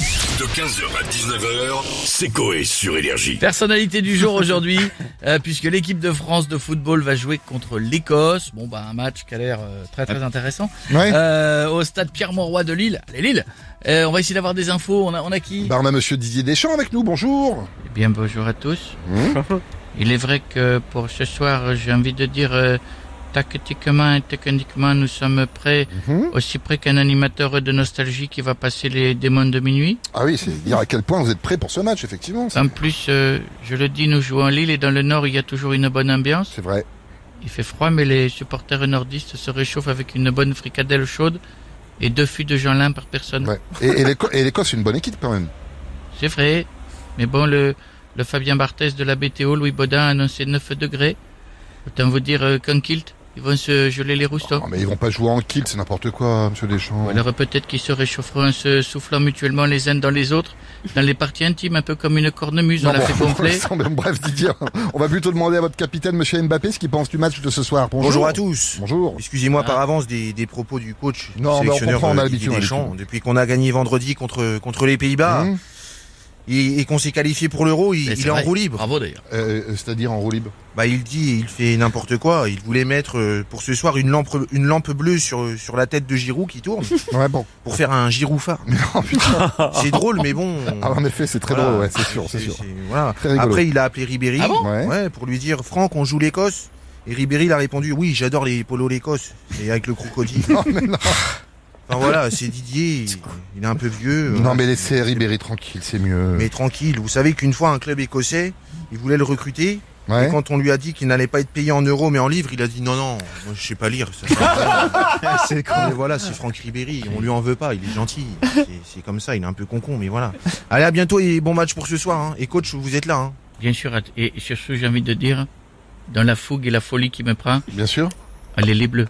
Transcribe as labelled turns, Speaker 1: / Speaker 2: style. Speaker 1: De 15h à 19h, c'est Coé sur Énergie.
Speaker 2: Personnalité du jour aujourd'hui, euh, puisque l'équipe de France de football va jouer contre l'Écosse. Bon, bah, un match qui a l'air euh, très très intéressant.
Speaker 3: Ouais.
Speaker 2: Euh, au stade Pierre-Mauroy de Lille. Allez, Lille Euh, On va essayer d'avoir des infos. On a, on a qui
Speaker 3: Bah, on a monsieur Didier Deschamps avec nous, bonjour.
Speaker 2: Eh bien, bonjour à tous.
Speaker 3: Mmh.
Speaker 2: Il est vrai que pour ce soir, j'ai envie de dire, euh, tactiquement et techniquement, nous sommes prêts,
Speaker 3: Mhm.
Speaker 2: aussi près qu'un animateur de nostalgie qui va passer les démons de minuit.
Speaker 3: Ah oui, c'est dire à quel point vous êtes prêts pour ce match, effectivement.
Speaker 2: En plus, euh, je le dis, nous jouons à Lille et dans le Nord, il y a toujours une bonne ambiance.
Speaker 3: C'est vrai.
Speaker 2: Il fait froid, mais les supporters nordistes se réchauffent avec une bonne fricadelle chaude et deux fûts de Jeanlin par personne.
Speaker 3: Ouais. Et, et l'Éco- et l'Écosse, c'est une bonne équipe quand même.
Speaker 2: C'est vrai. Mais bon, le, le Fabien Barthez de la BTO, Louis Baudin, a annoncé 9 degrés. Autant vous dire euh, qu'en kilt, ils vont se geler les roustons.
Speaker 3: Oh, mais ils vont pas jouer en kill, c'est n'importe quoi, monsieur Deschamps.
Speaker 2: Ou alors peut-être qu'ils se réchaufferont en se soufflant mutuellement les uns dans les autres, dans les parties intimes, un peu comme une cornemuse, on la
Speaker 3: Non, bon,
Speaker 2: fait gonfler.
Speaker 3: sans- bref, Didier, on va plutôt demander à votre capitaine, monsieur Mbappé, ce qu'il pense du match de ce soir. Bonjour.
Speaker 4: Bonjour à tous.
Speaker 3: Bonjour.
Speaker 4: Excusez-moi
Speaker 2: Ah.
Speaker 4: par avance des, des propos du coach
Speaker 3: Non, mais on
Speaker 4: sélectionneur
Speaker 3: comprend, on a
Speaker 4: euh,
Speaker 3: l'habitude,
Speaker 4: Didier
Speaker 3: on a
Speaker 4: Deschamps. Depuis qu'on a gagné vendredi contre contre les Pays-Bas
Speaker 3: Hum,
Speaker 4: et, et qu'on s'est qualifié pour l'Euro, il,
Speaker 2: Mais
Speaker 4: il
Speaker 2: c'est
Speaker 4: est en
Speaker 2: vrai.
Speaker 4: roue libre.
Speaker 2: Bravo d'ailleurs.
Speaker 3: euh, euh, C'est-à-dire en roue libre.
Speaker 4: Bah il dit, il fait n'importe quoi. Il voulait mettre euh, pour ce soir une lampe une lampe bleue sur sur la tête de Giroud qui tourne
Speaker 3: Ouais, bon.
Speaker 4: pour faire un Giroufard.
Speaker 3: Oh, putain.
Speaker 4: C'est drôle, mais bon.
Speaker 3: Ah, en effet, c'est très
Speaker 4: voilà.
Speaker 3: drôle, ouais, c'est sûr, c'est sûr.
Speaker 4: c'est- voilà.
Speaker 3: Très rigolo.
Speaker 4: Après il a appelé Ribéry.
Speaker 2: Ah bon
Speaker 3: Ouais.
Speaker 4: ouais, pour lui dire Franck, on joue l'Écosse. Et Ribéry il a répondu oui, j'adore les polos l'Écosse et avec le crocodile.
Speaker 3: Non, mais, non.
Speaker 4: Enfin voilà, c'est Didier, il, il est un peu vieux. hein.
Speaker 3: Non, mais laissez Ribéry tranquille, c'est mieux.
Speaker 4: Mais tranquille, vous savez qu'une fois un club écossais, il voulait le recruter, et
Speaker 3: Ouais.
Speaker 4: quand on lui a dit qu'il n'allait pas être payé en euros mais en livres, il a dit non non, moi je sais pas lire. Ça, sert à rien. c'est quand mais voilà, c'est Franck Ribéry, on lui en veut pas, il est gentil, c'est, c'est comme ça, il est un peu concon, mais voilà. Allez à bientôt et bon match pour ce soir, hein. et coach vous êtes là. Hein.
Speaker 2: Bien sûr, et surtout j'ai envie de dire, dans la fougue et la folie qui me prend,
Speaker 3: Bien sûr.
Speaker 2: allez les bleus.